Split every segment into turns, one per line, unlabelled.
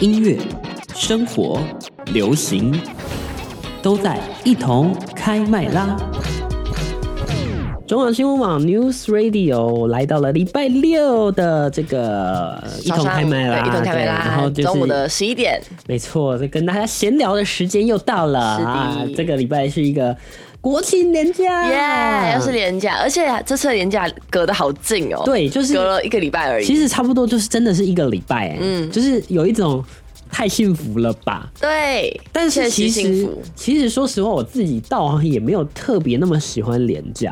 音乐、生活、流行，都在一同开麦啦！中广新闻网 News Radio 来到了礼拜六的这个呃一
早
同
上
开麦啦，
对一同开麦啦，
对然后就
中午的
是
十一点，
没错，这跟大家闲聊的时间又到了
是的
啊！这个礼拜是一个国庆年假，
耶，又是廉假，而且这次的廉假隔得好近哦，
对就是
隔了一个礼拜而已，
其实差不多就是真的是一个礼拜、哎，嗯，
嗯
就是有一种太幸福了吧。
对，
但是
确
其
实幸
实
福
其实说实话，我自己倒好像也没有特别那么喜欢廉价。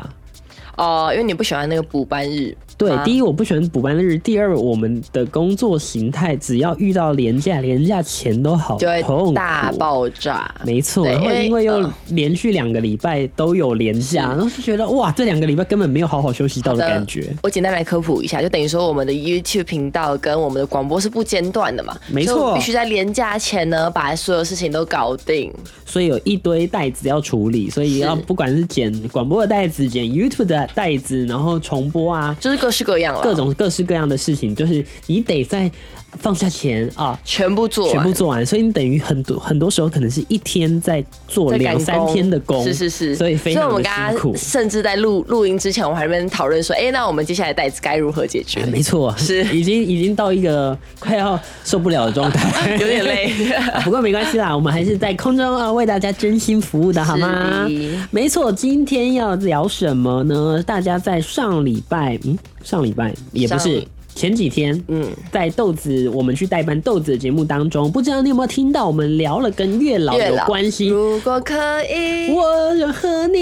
哦，因为你不喜欢那个补班日，
对，
啊
第一我不喜欢补班日，第二我们的工作形态只要遇到廉价，廉价前都好
就
痛
会大
苦。
爆炸，
没错，
对
然后
因为
因为又
嗯
连续两个礼拜都有连假，然后就觉得哇，这两个礼拜根本没有好好休息到的
好的
感觉。
我简单来科普一下，就等于说我们的 YouTube 频道跟我们的广播是不间断的嘛，
没错
所以我必须在廉假前呢把所有事情都搞定，
所以有一堆袋子要处理，所以
是
要不管是剪广播的袋子、剪 YouTube 的袋子，然后重播啊，
就是各式各样了，
各种各式各样的事情，就是你得在放下前啊。
全部做完，
全部做完，所以你等于很多很多时候可能是一天在做
在赶
两三天的工，
工，是是是，
所以非常
我
的
们刚
辛苦
刚。甚至在录录音之前，我们还在那边讨论说，哎、那我们接下来袋子该如何解 决？
没错，
是
已经已经到一个快要受不了的状态，
有 点累
啊不过没关系啦，我们还是在空中啊为大家真心服务的好吗
是的？
没错，今天要聊什么呢？大家在上礼拜，嗯，上礼拜也不是
上。
前几天，嗯
嗯，
在豆子我们去代班豆子的节目当中，不知道你有没有听到我们聊了跟月老
月
有
老
关系。
如果可以，
我想和你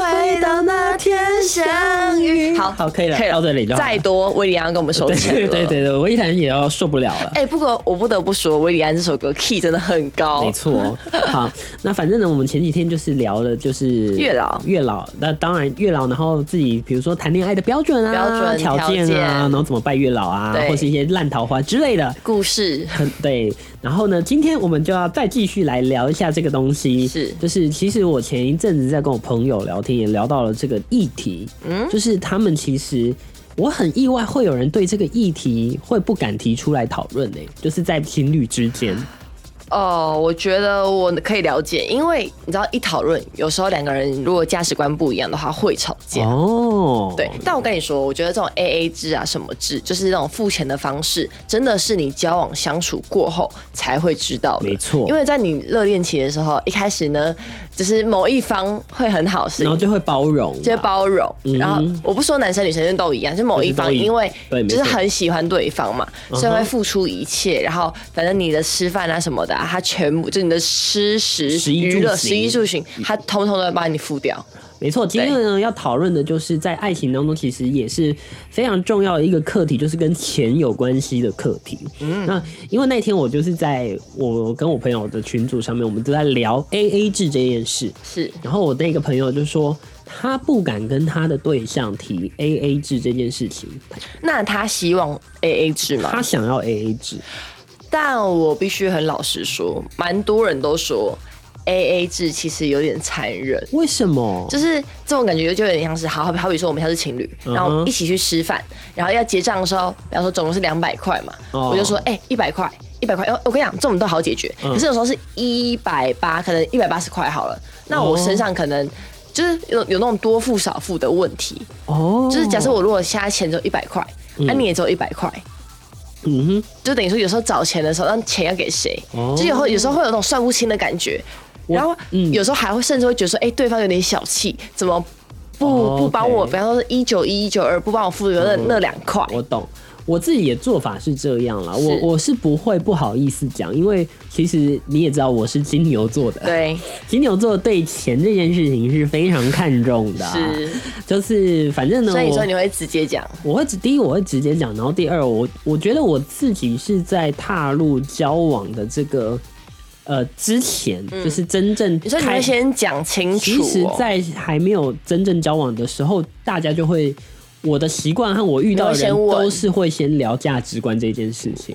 回到那天相遇。
好
好，可以了，到这里就好了
再多，威廉要跟我们收
对
钱 了。
对对对，我一然也要受不了了。
哎、不过我不得不说，威廉安这首歌 key 真的很高，
没 错，哦好，那反正呢，我们前几天就是聊了，就是
月老
月老。那当然，月老，然后自己比如说谈恋爱的标准啊、
标准
条件
条件
啊，然后怎么拜月老啊，
对
或是一些烂桃花之类的，
故事
很对。然后呢，今天我们就要再继续来聊一下这个东西，
是
就是其实我前一阵子在跟我朋友聊天，也聊到了这个议题，嗯，就是他们其实。我很意外，会有人对这个议题会不敢提出来讨论诶，就是在情侣之间，
哦，我觉得我可以了解，因为你知道，一讨论有时候两个人如果价值观不一样的话会吵架。
哦，
对，但我跟你说，我觉得这种 A A 制啊，什么制，就是那种付钱的方式，真的是你交往相处过后才会知道的。
没错
因为在你热恋期的时候，一开始呢，就是某一方会很好心
然后，就嗯会包容，
就会包容。然后我不说男生女生都一样，就某一
都
方
一
因为
对没
就是
错
很喜欢对方嘛，所以
嗯哼
会付出一切。然后反正你的吃饭啊什么的啊、他全部就你的吃食、
食衣
娱
住
乐、
行
食衣住行，他通通都会帮你付掉。
没错。今天呢要讨论的就是在爱情当中，其实也是非常重要的一个课题，就是跟钱有关系的课题。嗯，那因为那天我就是在我跟我朋友的群组上面，我们都在聊 A A 制这件事，
是，
然后我那个朋友就说。他不敢跟他的对象提 A A 制这件事情，
那他希望 A A 制吗？
他想要 A A 制，
但我必须很老实说，蛮多人都说 A A 制其实有点残忍，
为什么？
就是这种感觉就有点像是好好比好比说我们像是情侣，
嗯哼
然后一起去吃饭，然后要结账的时候，比方说总共是两百块嘛，
哦
我就说哎一百块。一百块，呃我跟你讲，这种都好解决。
嗯
可是有时候是一百八，可能一百八十块好了。那我身上可能就是有有那种多付少付的问题，
哦，
就是假设，我如果现在钱只有一百块，那、你也只有一百块，
嗯哼，
就等于说有时候找钱的时候，那钱要给谁？
哦
就有有时候会有那种算不清的感觉，然后
嗯
有时候还会甚至会觉得说，哎、对方有点小气，怎么不、
哦
不帮我？
OK
比方说一九一、一九二，不帮我付那、那两块，
我懂，我自己的做法是这样啦，我
是
我是不会不好意思讲，因为其实你也知道我是金牛座的，，
对，
金牛座对钱这件事情是非常看重的、啊，
是，
就是反正呢，
所以你说
我
你会直接讲，
我会直第一我会直接讲，然后第二我我觉得我自己是在踏入交往的这个呃之前，就是真正
嗯你说你
开
会先讲清楚、
其
哦，
实，在还没有真正交往的时候，大家就会我的习惯和我遇到的人
你会先问
都是会先聊价值观这件事情。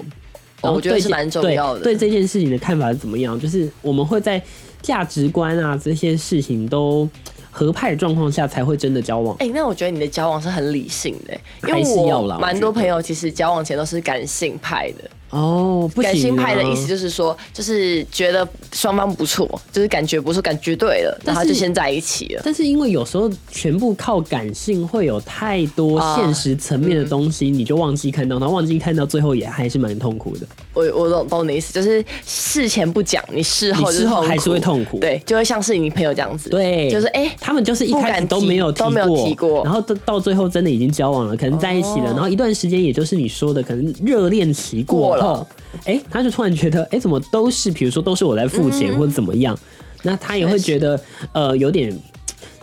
哦我觉得
对
是
这
蛮重要的
对。对这件事情的看法是怎么样？就是我们会在价值观啊这些事情都合拍的状况下，才会真的交往。
哎、那我觉得你的交往是很理性的、因
还
为
是要
我
啦我
蛮
觉得
多朋友其实交往前都是感性派的，
哦，不行、啊。
感性派的意思就是说，就是觉得双方不错，就是感觉不错，感觉对了，
但
然
是
后就先在一起了。
但是因为有时候全部靠感性，会有太多现实层面
嗯
的东西，你就忘记看到，然后忘记看到，最后也还是蛮痛苦的。
我我懂懂你的意思，就是事前不讲，你事后
你
就
事后
痛苦
还是会痛苦
对，就会像是你朋友这样子，
对，
就是哎、
他们就是一开始都没有
不敢提都没有提过哦
然后到到最后真的已经交往了，可能在一起了，然后一段时间，也就是你说的，可能热恋期过
过了
后，哎、他就突然觉得，哎、怎么都是，比如说都是我在付
嗯
钱、或者怎么样，那他也会觉得，呃，有点。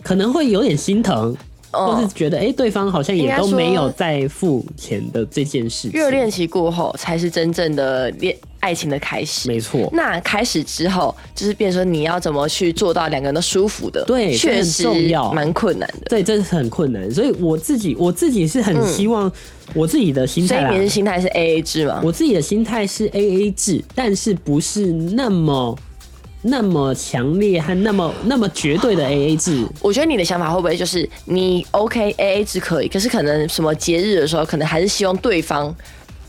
可能会有点心疼，
嗯
或是觉得哎、诶对方好像
应
也
该
都
说
没有在付钱的这件事情。
热恋期过后才是真正的恋爱情的开始。
没错，
那开始之后，就是变成说你要怎么去做到两个人都舒服的，
对这
确
很
实
重要
蛮困难的。
对，真是很困难。所以我自己我自己是很希望我自己的心
嗯所
态
以
啦
你的心态是 A A 制吗？
我自己的心态是 A A 制，但是不是那么。那么强烈和那么那么绝对的 A A 制，
我觉得你的想法会不会就是你 OK A A 制可以，可是可能什么节日的时候，可能还是希望对方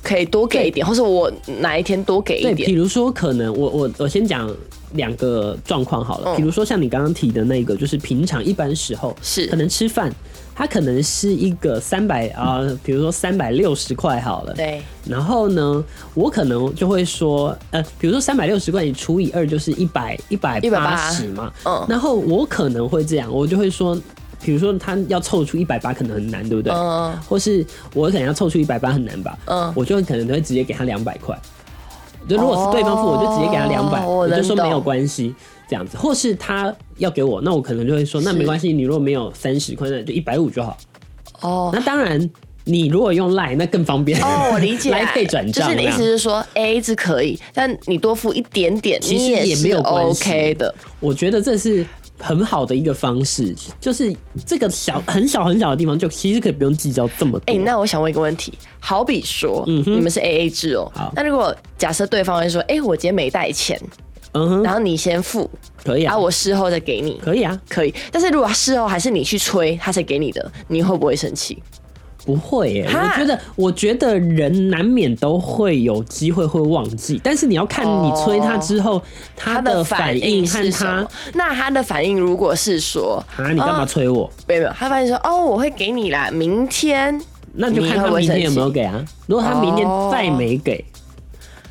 可以多给一点，或是我哪一天多给一
对，比
点。
如说可能我我我先讲两个状况好了，
嗯
比如说像你刚刚提的那个，就是平常一般时候
是
可能吃饭，它可能是一个三百啊，比如说三百六十块好了，
对，
然后呢，我可能就会说，呃，比如说三百六十块，你除以二就是一百一百八十
180
嘛。
嗯
然后我可能会这样，我就会说，比如说他要凑出一百八可能很难，对不对？
嗯
或是我可能要凑出一百八很难吧。
嗯
我就可能会直接给他两百块。就如果是对方付，我就直接给他两百，
哦我
我就
能
说没有
懂
关系。这样子，或是他要给我，那我可能就会说，那没关系，你如果没有三十块，那就一百五就好。
哦。
那当然，你如果用 Line，那更方便。
哦，我理解，
来配转
就
账
是
这样，
你的意思是说 A A 制可以，但你多付一点点，
其实
你
也
是
没有关系
OK 的。
我觉得这是很好的一个方式，就是这个小很小很小的地方，就其实可以不用计较这么多。
哎、那我想问一个问题，好比说，你们是 A A 制哦
嗯好，
那如果假设对方会说，哎、我今天没带钱，
嗯哼，
然后你先付，
可以
啊，
啊，
我事后再给你，
可以啊，
可以，但是如果事后还是你去催他才给你的，你会不会生气？
不会耶、
哈
我觉得，我觉得人难免都会有机会会忘记，但是你要看你催他之后、他的反应和
是什
他
么。？那他的反应如果是说
啊，你干嘛
哦
催我？
没有没有，他反应说哦，我会给你啦，明天。
那就看他明天有没有给啊。如果他明天
哦
再没给，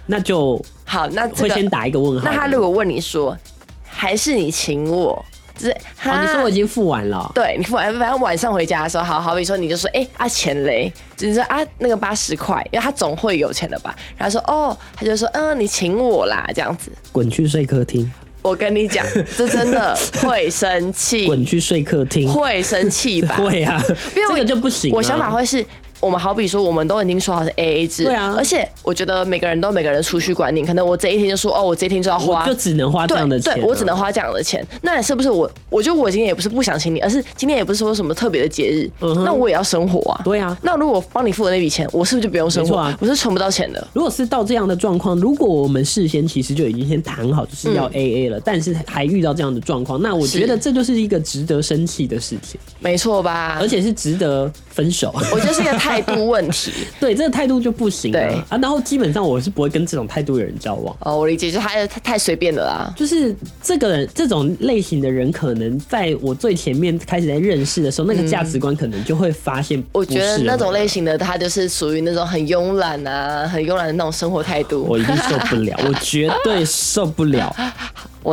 那就
好，那哦这
会
个，
先打一个问号。
那他如果问你说，还是你请我，就是哈、
啊，你说我已经付完了哦、
对你晚反正晚上回家的时候，好好比说你就说，哎、啊钱嘞，就是说啊那个八十块，因为他总会有钱的吧。然后说哦，他就说嗯你请我啦这样子。
滚去睡客厅，
我跟你讲，这真的会生 气，
滚去睡客厅。
会生气吧？
会啊，
因为
这
我
个就不行啊、
我想法会是。我们好比说，我们都已经说好是 A A 制，
对啊
而且我觉得每个人都有每个人的储蓄观念，可能我这一天就说，哦，我这一天就要花，
我就只能花这样的钱啊、
对，对我只能花这样的钱。那是不是我？我觉得我今天也不是不想请你，而是今天也不是说什么特别的节日，
嗯哼
那我也要生活啊。
对啊
那如果帮你付的那笔钱，我是不是就不用生
没
活？
错啊
我是存不到钱的。
如果是到这样的状况，如果我们事先其实就已经先谈好就是
嗯
要 A A 了，但是还遇到这样的状况，那我觉得这就是一个值得生气的事情，
没错吧？
而且是值得分手。
我觉得是一个态度问题。
对，这个态度就不行
对
啊啊。然后基本上我是不会跟这种态度的人交往。
哦，我理解，就是他他太随便了啊啦。
就是这个人这种类型的人，可能在我最前面开始在认识的时候，那个价值观可能就会发现不
嗯
啊
我
适合。
觉得那种类型的他就是属于那种很慵懒啊，很慵懒的那种生活态度。
我
我
一定受不 了，我绝对受不了。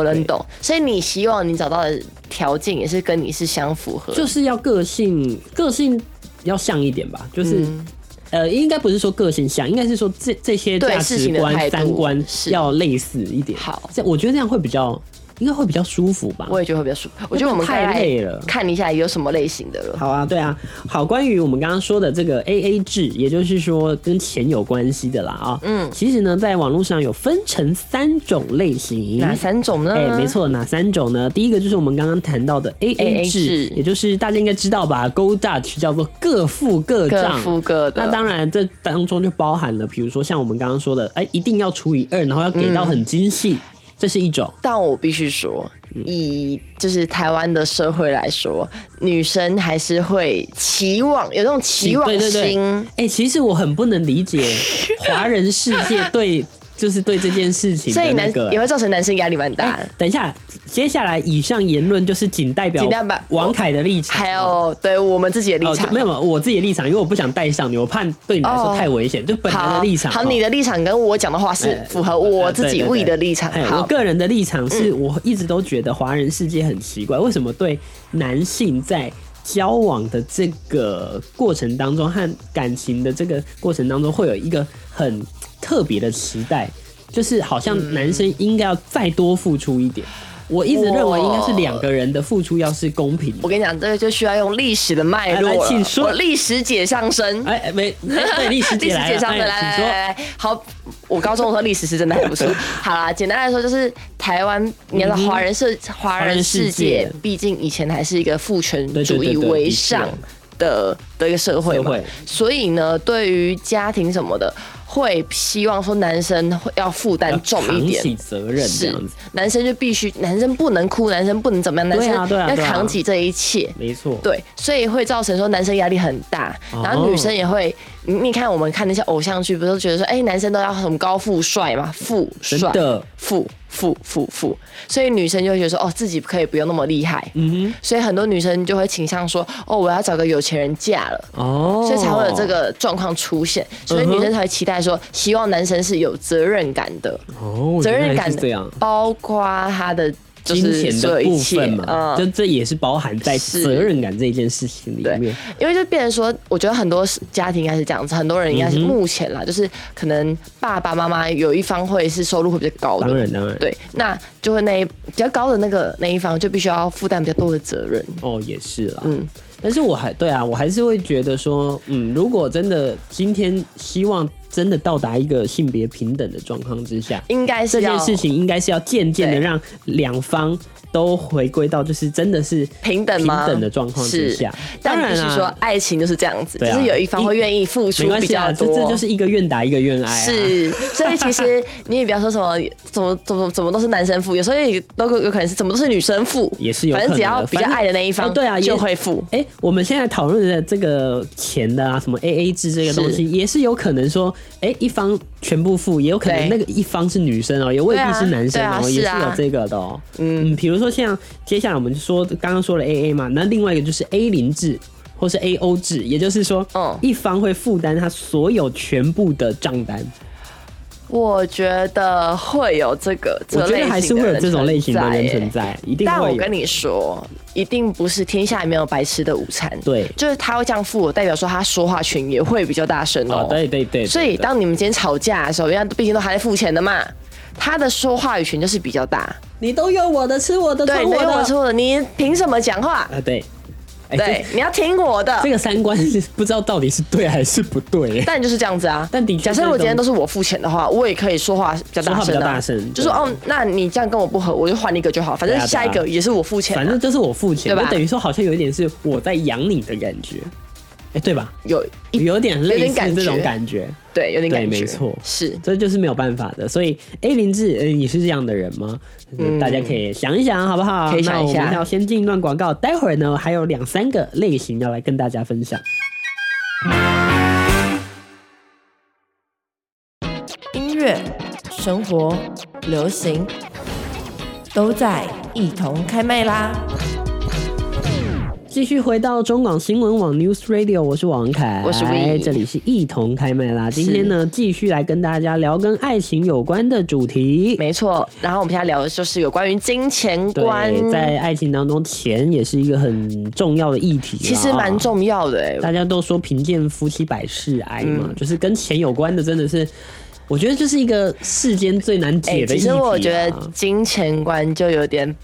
能懂，所以你希望你找到的条件也是跟你是相符合的。
就是要个性，个性要像一点吧，就是。
嗯
呃，应该不是说个性像，应该是说这这些
对
价
事
值
情的
观
态、度
三观
是
要类似一点。
好
这我觉得这样会比较，应该会比较舒服吧。
我也觉得会比较舒服。我觉得我们
太
该来
累了
看一下有什么类型的了。
好啊，对啊，好。关于我们刚刚说的这个 A A 制，也就是说跟钱有关系的啦啊。嗯，其实呢，在网络上有分成三种类型。
哪三种呢？
哎、没，错，哪三种呢？第一个就是我们刚刚谈到的 A A 制
制，
也就是大家应该知道吧，Go Dutch 叫做各付各
各
账。
付各的。
那当然，这当中就包含了，比如说像我们
嗯
刚刚说的，哎、一定要除以二，然后要给到很精细，这是一种。
但我必须说，以就是台湾的社会来说，女生还是会期望有那种期望心。
对对对，哎、其实我很不能理 解华人世界对，就是对这件事情
所以
的那
男啊
个、
也会造成男生压力蛮大
哎
的，
等一下，接下来以上言论就是仅代表
仅代表
王凯的立场，
还有对我们自己的立
哦
场
就没有没有我自己的立场，因为我不想带上你，我怕对你来说
哦
太危险，就本来的立场。
好，
哦
你的立场跟我讲的话是
哎
符合我自己
对对对
we 的立场。
哎我
好，嗯
个人的立场是我一直都觉得华人世界很奇怪，为什么对男性在交往的这个过程当中和感情的这个过程当中，会有一个很特别的期待，就是好像
嗯
男生应该要再多付出一点。我一直认为应该是两个人的付出要是公平的
我。跟你讲，这个就需要用历史的脉络
哎来来请
了。
说
我历史解上身。
哎，哎没，哎对，历史姐
历史
来
解
了，
上
哎
身，来来
请
来
说。
来来，好，我高中的时候历史是真的还不 错。好啦，简单来说就是台湾，你看华人社华人世
华人世
界
界，
毕竟以前还是一个父权
对对
主
对
义
对
为
的确
上的的一个社会
社
嘛
会，
所以呢，对于家庭什么的，会希望说男生会要负担重一
扛
点，
起责任这
是
样子，
男生就必须，男生不能哭，男生不能怎么样，男
对
生
啊对啊
要
对啊
扛起这一切。
没错。
对，所以会造成说男生压力很大，
哦
然后女生也会，你你看我们看那些偶像剧，不是都觉得说，哎、男生都要很高富帅嘛，富
真
帅，
的
富富富富，所以女生就会觉得说，哦，自己可以不用那么厉害，
嗯
所以很多女生就会倾向说，哦，我要找个有钱人嫁了。
哼，哦，
所以才会有这个状况出现，所以女生才会期待说，希望男生是有责任感的，
哦，
责任
原来
感
是这样，
包括他的就
金
是
钱
所有
的
一
部
切
分嘛，就
嗯，
这也是包含在
是
责任感这件事情里
对
面。，
因为就变成说，我觉得很多家庭应该是这样子，很多人应该
嗯
是目前啦，就是可能爸爸妈妈有一方会是收入会比较高
当
的。啊
然，当然，，
对，那就会那一比较高的那个那一方就必须要负担比较多的责任。
哦，也是啦。
嗯，
但是我还对啊，我还是会觉得说，嗯，如果真的今天希望真的到达一个性别平等的状况之下，
应该是
这件
要
事情应该是要渐渐的
对
让两方都回归到就是真的是
平等
平
吗？
等的状况之
是
下。当
但
然
必须说
啊，，
爱情就是这样子，
对啊
就是有一方会愿意付
没
出
关
比
系啊，这
较多。
这就是一个愿打一个愿挨啊。
是，所以其实你也不要说什么怎么怎么怎么都是男生付，有时候也都有可能是怎么都是女生付，
也是有
反正只
可能的
要比
反
较
正
爱的那一方，
哦对啊也
就会付。
哎、我们现在讨论的这个钱的啊，什么 A A 制这个东西，也是有可能说，哎、一方全部付，也有可能那
对
个一方是女生哦、也未必是男生
对
哦、
啊对啊
也
是
是
啊
有这个的哦、嗯，比如说像接下来我们就说刚刚说了 A A 嘛，那另外一个就是 A 零制。或是 A O 制，也就是说，
嗯
一方会负担他所有全部的账单，
我觉得会有这个这
我觉
类
得还是
型的
会有
人
这种类型的人
欸
存在，一定
但
会
我
有。
跟你说，一定不是天下没有白吃的午餐。
对
就是他会这样付我，代表说他说话权也会比较大声
哦
哦，。
对对对，
所以
对对
当你们今天吵架的时候，因为毕竟都还在付钱的嘛，他的说话语权就是比较大。
你都有我的，吃我的，
对，
穿
你
我
跟我
的，
说的，你凭什么讲话？
啊，对，哎
对，你要听我的
这。个三观是不知道到底是对还是不对。
但就是这样子啊。
但的确
假设
这
如果
种
今天都是我付钱的话，我也可以说话比较大
说话
声
比较
啊，
大声
就说
对
哦，那你这样跟我不合，我就换一个就好，反
对啊对啊
正下一个也是我付钱啊、
反正就是我付钱，
对吧
就等于说好像有一点是我在养你的感觉，哎、对吧？
有一
有点类
有点
似
感觉
这种感觉，
对有点感觉，
嗯对没错
是。
这就是没有办法的。所以 A 林志，呃，你是这样的人吗？大家可以想一想，好不好？
嗯可以想一下
那我们要先进一段广告，待会儿呢还有两三个类型要来跟大家分享。
音乐、生活、流行，都在一同开麦啦！
继续回到中广新闻网 News Radio，我是王凯，哎
我是 We
这里是一同开麦啦。今天呢，继续来跟大家聊跟爱情有关的主题。
没错，然后我们现在聊的就是有关于金钱观，
对，在爱情当中，钱也是一个很重要的议题啦，啊
其实蛮重要的、嗯欸。
大家都说贫贱夫妻百事哀嘛，就是跟钱有关的，真的是，我觉得就是一个世间最难
哎、
解的
其
议题、
实
啊
我觉得金钱观就有点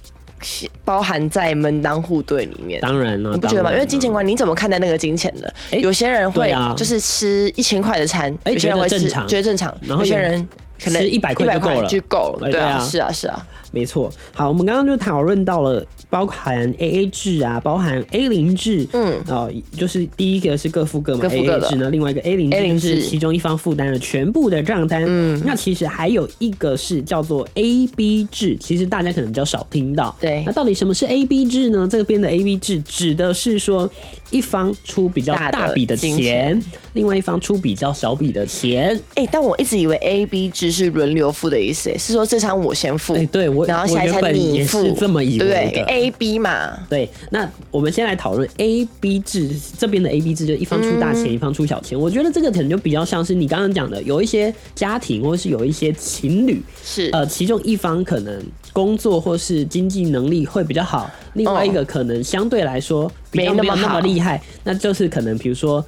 包含在门当户对里面。
当然了、
你不觉得吗？
当然啊
因为金钱观，你怎么看待那个金钱的？
哎
有些人
对
会
啊
就是吃一千块的餐，
哎
有些人会
觉得
吃
正常
觉得正常，
然后
有些
有
人可能
吃100块
100
就够了
就够了，
哎
对啊，
对啊
是啊是啊，
没错，好，我们刚刚就讨论到了，包含 AA 制啊，包含 A 零制，
嗯
哦、就是第一个是各付各嘛
各付各的
，AA 制呢，另外一个 A 零
A0
制
制
是其中一方负担了全部的账单，嗯，那其实还有一个是叫做 AB 制，其实大家可能比较少听到，
对
那到底什么是 AB 制呢？这边的 AB 制指的是说一方出比较
大的
大笔的
金
钱，
钱
另外一方出比较小笔的钱，
哎、但我一直以为 A B 制是轮流付的意思，是说这餐我先付，
哎、对我，
然后下一
我原
餐
本
你
也
付，
是这么以为的
对不对？A B 嘛，
对，那我们先来讨论 A B 制这边的 A B 制，就一方出大钱，一方出小钱。我觉得这个可能就比较像是你刚刚讲的，有一些家庭或是有一些情侣，
是
呃，其中一方可能工作或是经济能力会比较好，另外一个可能相对来说比较
哦没那
没
么
有那
好
么厉害，那就是可能比如说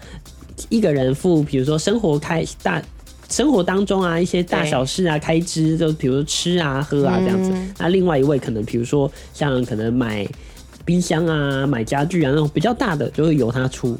一个人付，比如说生活开大。生活当中啊，一些大
对
小事啊，开支就比如说吃啊、喝啊这样子。
嗯
那另外一位可能，比如说像可能买冰箱啊、买家具啊那种比较大的，就会由他出。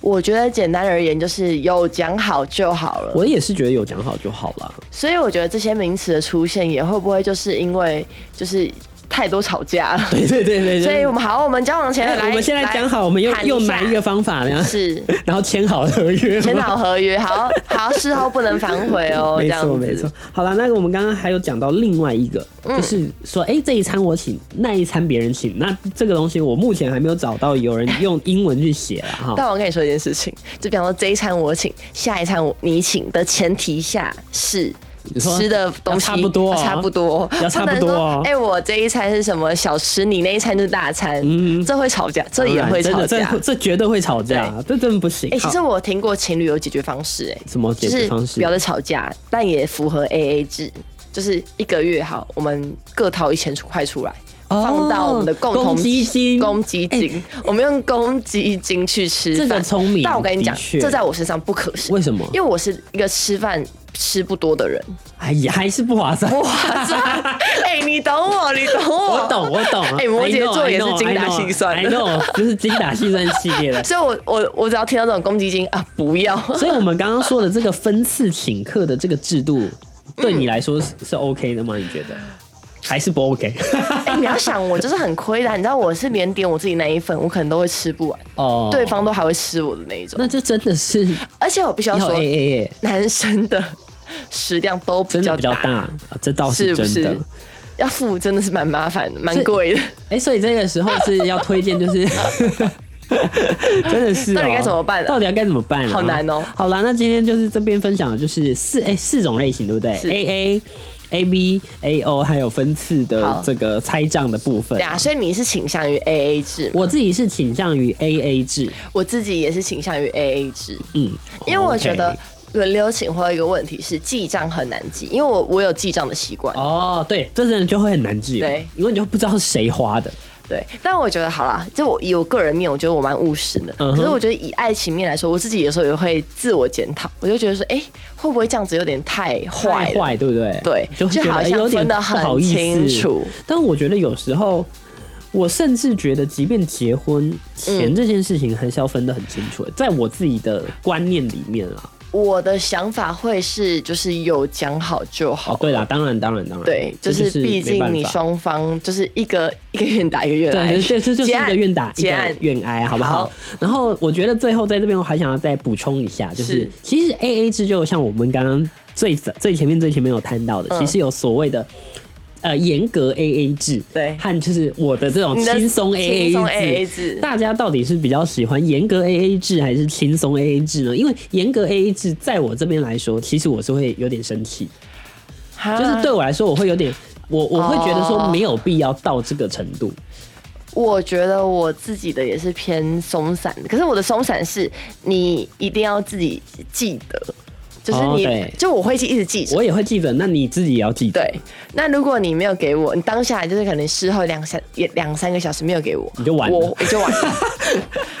我觉得简单而言就是有讲好就好了。
我也是觉得有讲好就好了。
所以我觉得这些名词的出现，也会不会就是因为就是太多吵架 了？
对对对对对。
所以我们好，我们交往前
哎
来，
我们现在
来
讲好，我们又
谈
又
下
拿一个方法，然后
是
然后签好合约，
签好合 约，好好事后不能反悔哦，这
没
样
错
子嗯
没错。好了，那个我们刚刚还有讲到另外一个，就是说，哎、这一餐我请，那一餐别人请，那这个东西我目前还没有找到有人用英文去写了 哈。
但我跟你说一件事情，就比方说这一餐我请，下一餐我你请的前提下是。
说
吃的东西
要差不多哦
要差不多，
要差不多哦
不能说哎、我这一餐是什么小吃，你那一餐就是大餐，这会吵架，这也会吵
啊真的
架
嗯这。这绝对会吵架，这真的不行。
哎、其实
好
我听过情侣有解决方式、哎，
什么解
就
决
是
方式
不要再吵架，但也符合 A A 制，就是一个月好，我们各掏一千块出来。
哦
放到我们的共同
公积金哎
公积金，我们用公积金去吃饭，
这个聪明
但我跟你讲
的，确
这在我身上不可行。
为什么
因为我是一个吃饭吃不 多的人。
哎呀，还是不划算。
哇塞！哎、你懂我，你懂我，
我懂，我懂。
哎摩
I
羯
know，
座
I
也是
know，
精打
I know，
细算
I
的
know，就是精打细算系列的。
所以我我我只要听到这种公积金啊，不要。
所以我们刚刚说的这个分次请客的这个制度，对你来说是是 OK 的吗？你觉得？还是不 OK？
哎、你要想，我就是很亏的啊，你知道我是连点我自己那一份，我可能都会吃不完，
哦，
对，方都还会吃我的那一种。
那这真的是哎
而且我必须要
要
说，
A A 耶，
男生的食量都比
真
较
的比较大，啊这倒
是
是
不
真
是
的。？
要付真的是蛮麻烦的，蛮贵的。
哎，所以这个时候是要推荐，就是 真的是哦
到底该怎么办啊
到底要该怎么办啊？
好难哦
好啦，那今天就是这边分享的就是四哎四种类型，对不对
是
？A A。A B A O 还有分次的
好
这个拆账的部分
对，啊，所以你是倾向于 A A 制吗，
我自己是倾向于 A A 制，
我自己也是倾向于 A A 制，
嗯，
因为我觉
OK
得轮流请会有一个问题是记账很难记，因为我我有记账的习惯，
哦，对，这真的就会很难记，
对，
因为你就不知道是谁花的，
对。但我觉得好啦，就我以我个人面，我觉得我蛮务实的。
嗯哼
可是我觉得以爱情面来说，我自己有时候也会自我检讨，我就觉得说，哎、会不会这样子有点太坏
太
了？
坏，对不对？
对
就会
就
觉得
好
哎
像
有点
分得
不好
很
意思
清楚。
但我觉得有时候，我甚至觉得，即便结婚钱这件事情，还是要分得很清楚的。在我自己的观念里面啊，
我的想法会是，就是有讲好就好。
哦，对啦，当然，当然，当然，
对，
这
就是
没
毕竟
办
你
法
双方就是一个一个愿打一个愿挨，
对，这这就是一
结案
个愿打一
结
个
案。
愿挨，好不好？
好
然后我觉得最后在这边我还想要再补充一下，就是
是
其实 A A 制就像我们刚刚最早最前面最前面有谈到的，
嗯
其实有所谓的。呃，严格 A A 制，
对
和就是我的这种
你的
轻松 A
轻松
A
AA
制
制，
大家到底是比较喜欢严格 A A 制还是轻松 A A 制呢？因为严格 A A 制在我这边来说，其实我是会有点生气，
哈
就是对我来说，我会有点，我我会觉得
哦
说没有必要到这个程度。
我觉得我自己的也是偏松散的，可是我的松散是你一定要自己记得，就是
哦
你、
对
就我会一直记着。
我也会记得，那你自己也要记得。
对，那如果你没有给我，你当下就是可能事后两三也两三个小时没有给我，
你就完了
我我就 完了，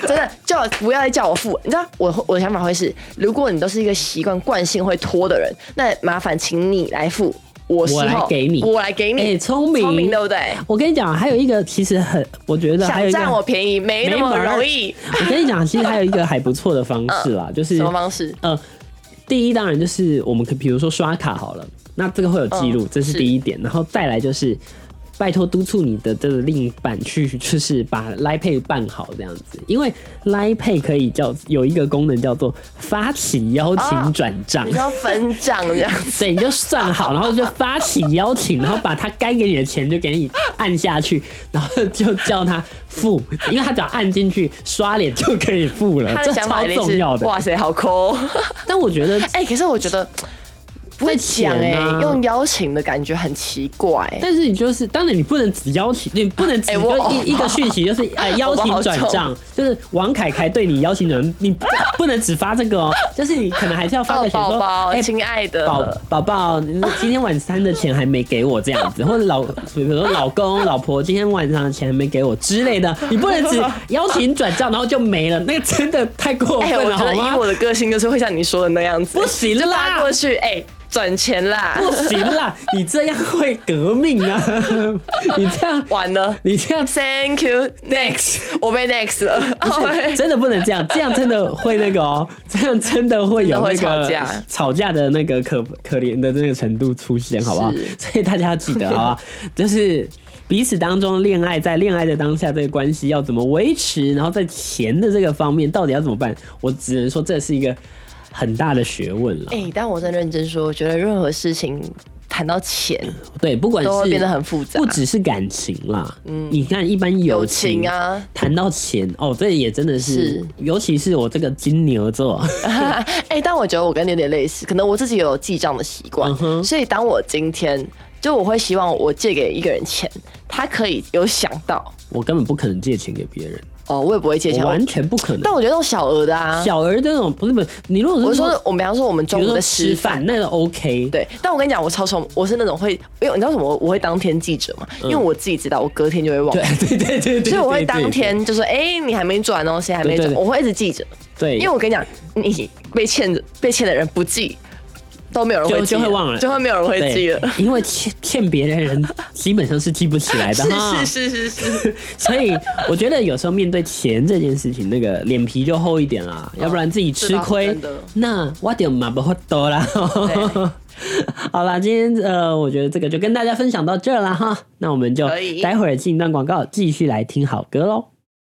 真的叫我不要再叫我付。你知道我我的想法会是，如果你都是一个习惯惯性会拖的人，那麻烦请你来付，我事后
我来给你
我来给你，
哎聪明
聪明对不对？
我跟你讲，还有一个其实很，我觉得还有
想
一个
占我便宜没那
没
么
门儿
容易。嗯
我跟你讲，其实还有一个还不错 的方式啦，就是
什么方式？
呃，第一当然就是我们可比如说刷卡好了，那这个会有记录，
嗯
这是
是
第一点。然后再来就是，拜托督促你的这个另一半去， 就是把 Line Pay 办好这样子，因为 Line Pay 可以叫有一个功能叫做发起邀
啊
请转账。
你要分账这样子，
对，你就算好，然后就发起邀请，然后把他该给你的钱就给你按下去，然后就叫他付，因为他只要按进去刷脸就可以付了
他，
这
的想法
超
一定
重
是
要的。
哇塞，好抠、哦。
但我觉得
哎、可是我觉得不会讲哎、
钱啊
用邀请的感觉很奇怪、
但是你就是，当然你不能只邀请，你不能只
哎
就
我
一、一个讯息，就是 呃邀请转账，就是王凯凯对你邀请转，你不不能只发这个哦，就是你可能还是要发
哦
个，钱
宝
说，
宝，
哎、
亲爱的，
宝宝宝，你今天晚餐的钱还没给我这样子， 或者老，比如说老公、老婆今天晚上的钱还没给我之类的，你不能只邀请转账，然后就没了，那个真的太过
哎、
分
我
了，
觉得以
好
我
吗？
的个性，就是会像你说的那样子，
不行
就
啦
拉过去，哎、转钱啦，
不行啦，你这样会革命啊！ 你这样，
完了
你这样
，Thank you next，我被 next 了，
是哦真的不能这样，这样真的会那个哦，这样真的会有那
真的
个
会吵架
吵架的那个可可怜的那个程度出现，好不好？所以大家要记得，好不 好？就是。彼此当中恋爱，在恋爱的当下，这个关系要怎么维持？然后在钱的这个方面，到底要怎么办？我只能说，这是一个很大的学问了。
哎、但我真认真说，我觉得任何事情谈到钱，
对，不管
都
是
会变得很复杂
不
嗯
只是感情啦。你看一般友
友情啊，
谈到钱哦，这也真的是
是，
尤其是我这个金牛座，
哎、但我觉得我跟你有点类似，可能我自己有记账的习惯
嗯哼
所以当我今天就我会希望我借给一个人钱，他可以有想到
我根本不可能借钱给别人，
哦，我也不会借钱，
我完
我
全不可能
但。我觉得那种小额的啊，
小儿这种不是不是，你如果
我
是
是说我们比方说我们
比
中
如
午
说
在
吃
吃饭
饭，那个 OK，，
对，但我跟你讲，我超聪，我是那种会，因为你知道什么，我会当天记者嘛，因为我自己知道，我隔天就会忘
嗯对。 对对对对，
所以我会当
对
天就说，哎、你还没转哦，谁还没
对对
转？
对
我会一直记着，
对，
因为我跟你讲，你被欠的被欠的人不记，都没有人会
就
记
就会
了
忘了，
就会没有人会记了。
对，哎因为欠欠别人的人基本上是记不起来的哈，
是是是是，
所以我觉得有时候面对钱这件事情，那个脸皮就厚一点啦，要不然自己吃
这
亏
哦倒是真的。
那我点嘛不会多啦。 好啦，今天呃，我觉得这个就跟大家分享到这儿啦哈。那我们就
可以
待会儿进一段广告，继续来听好歌喽。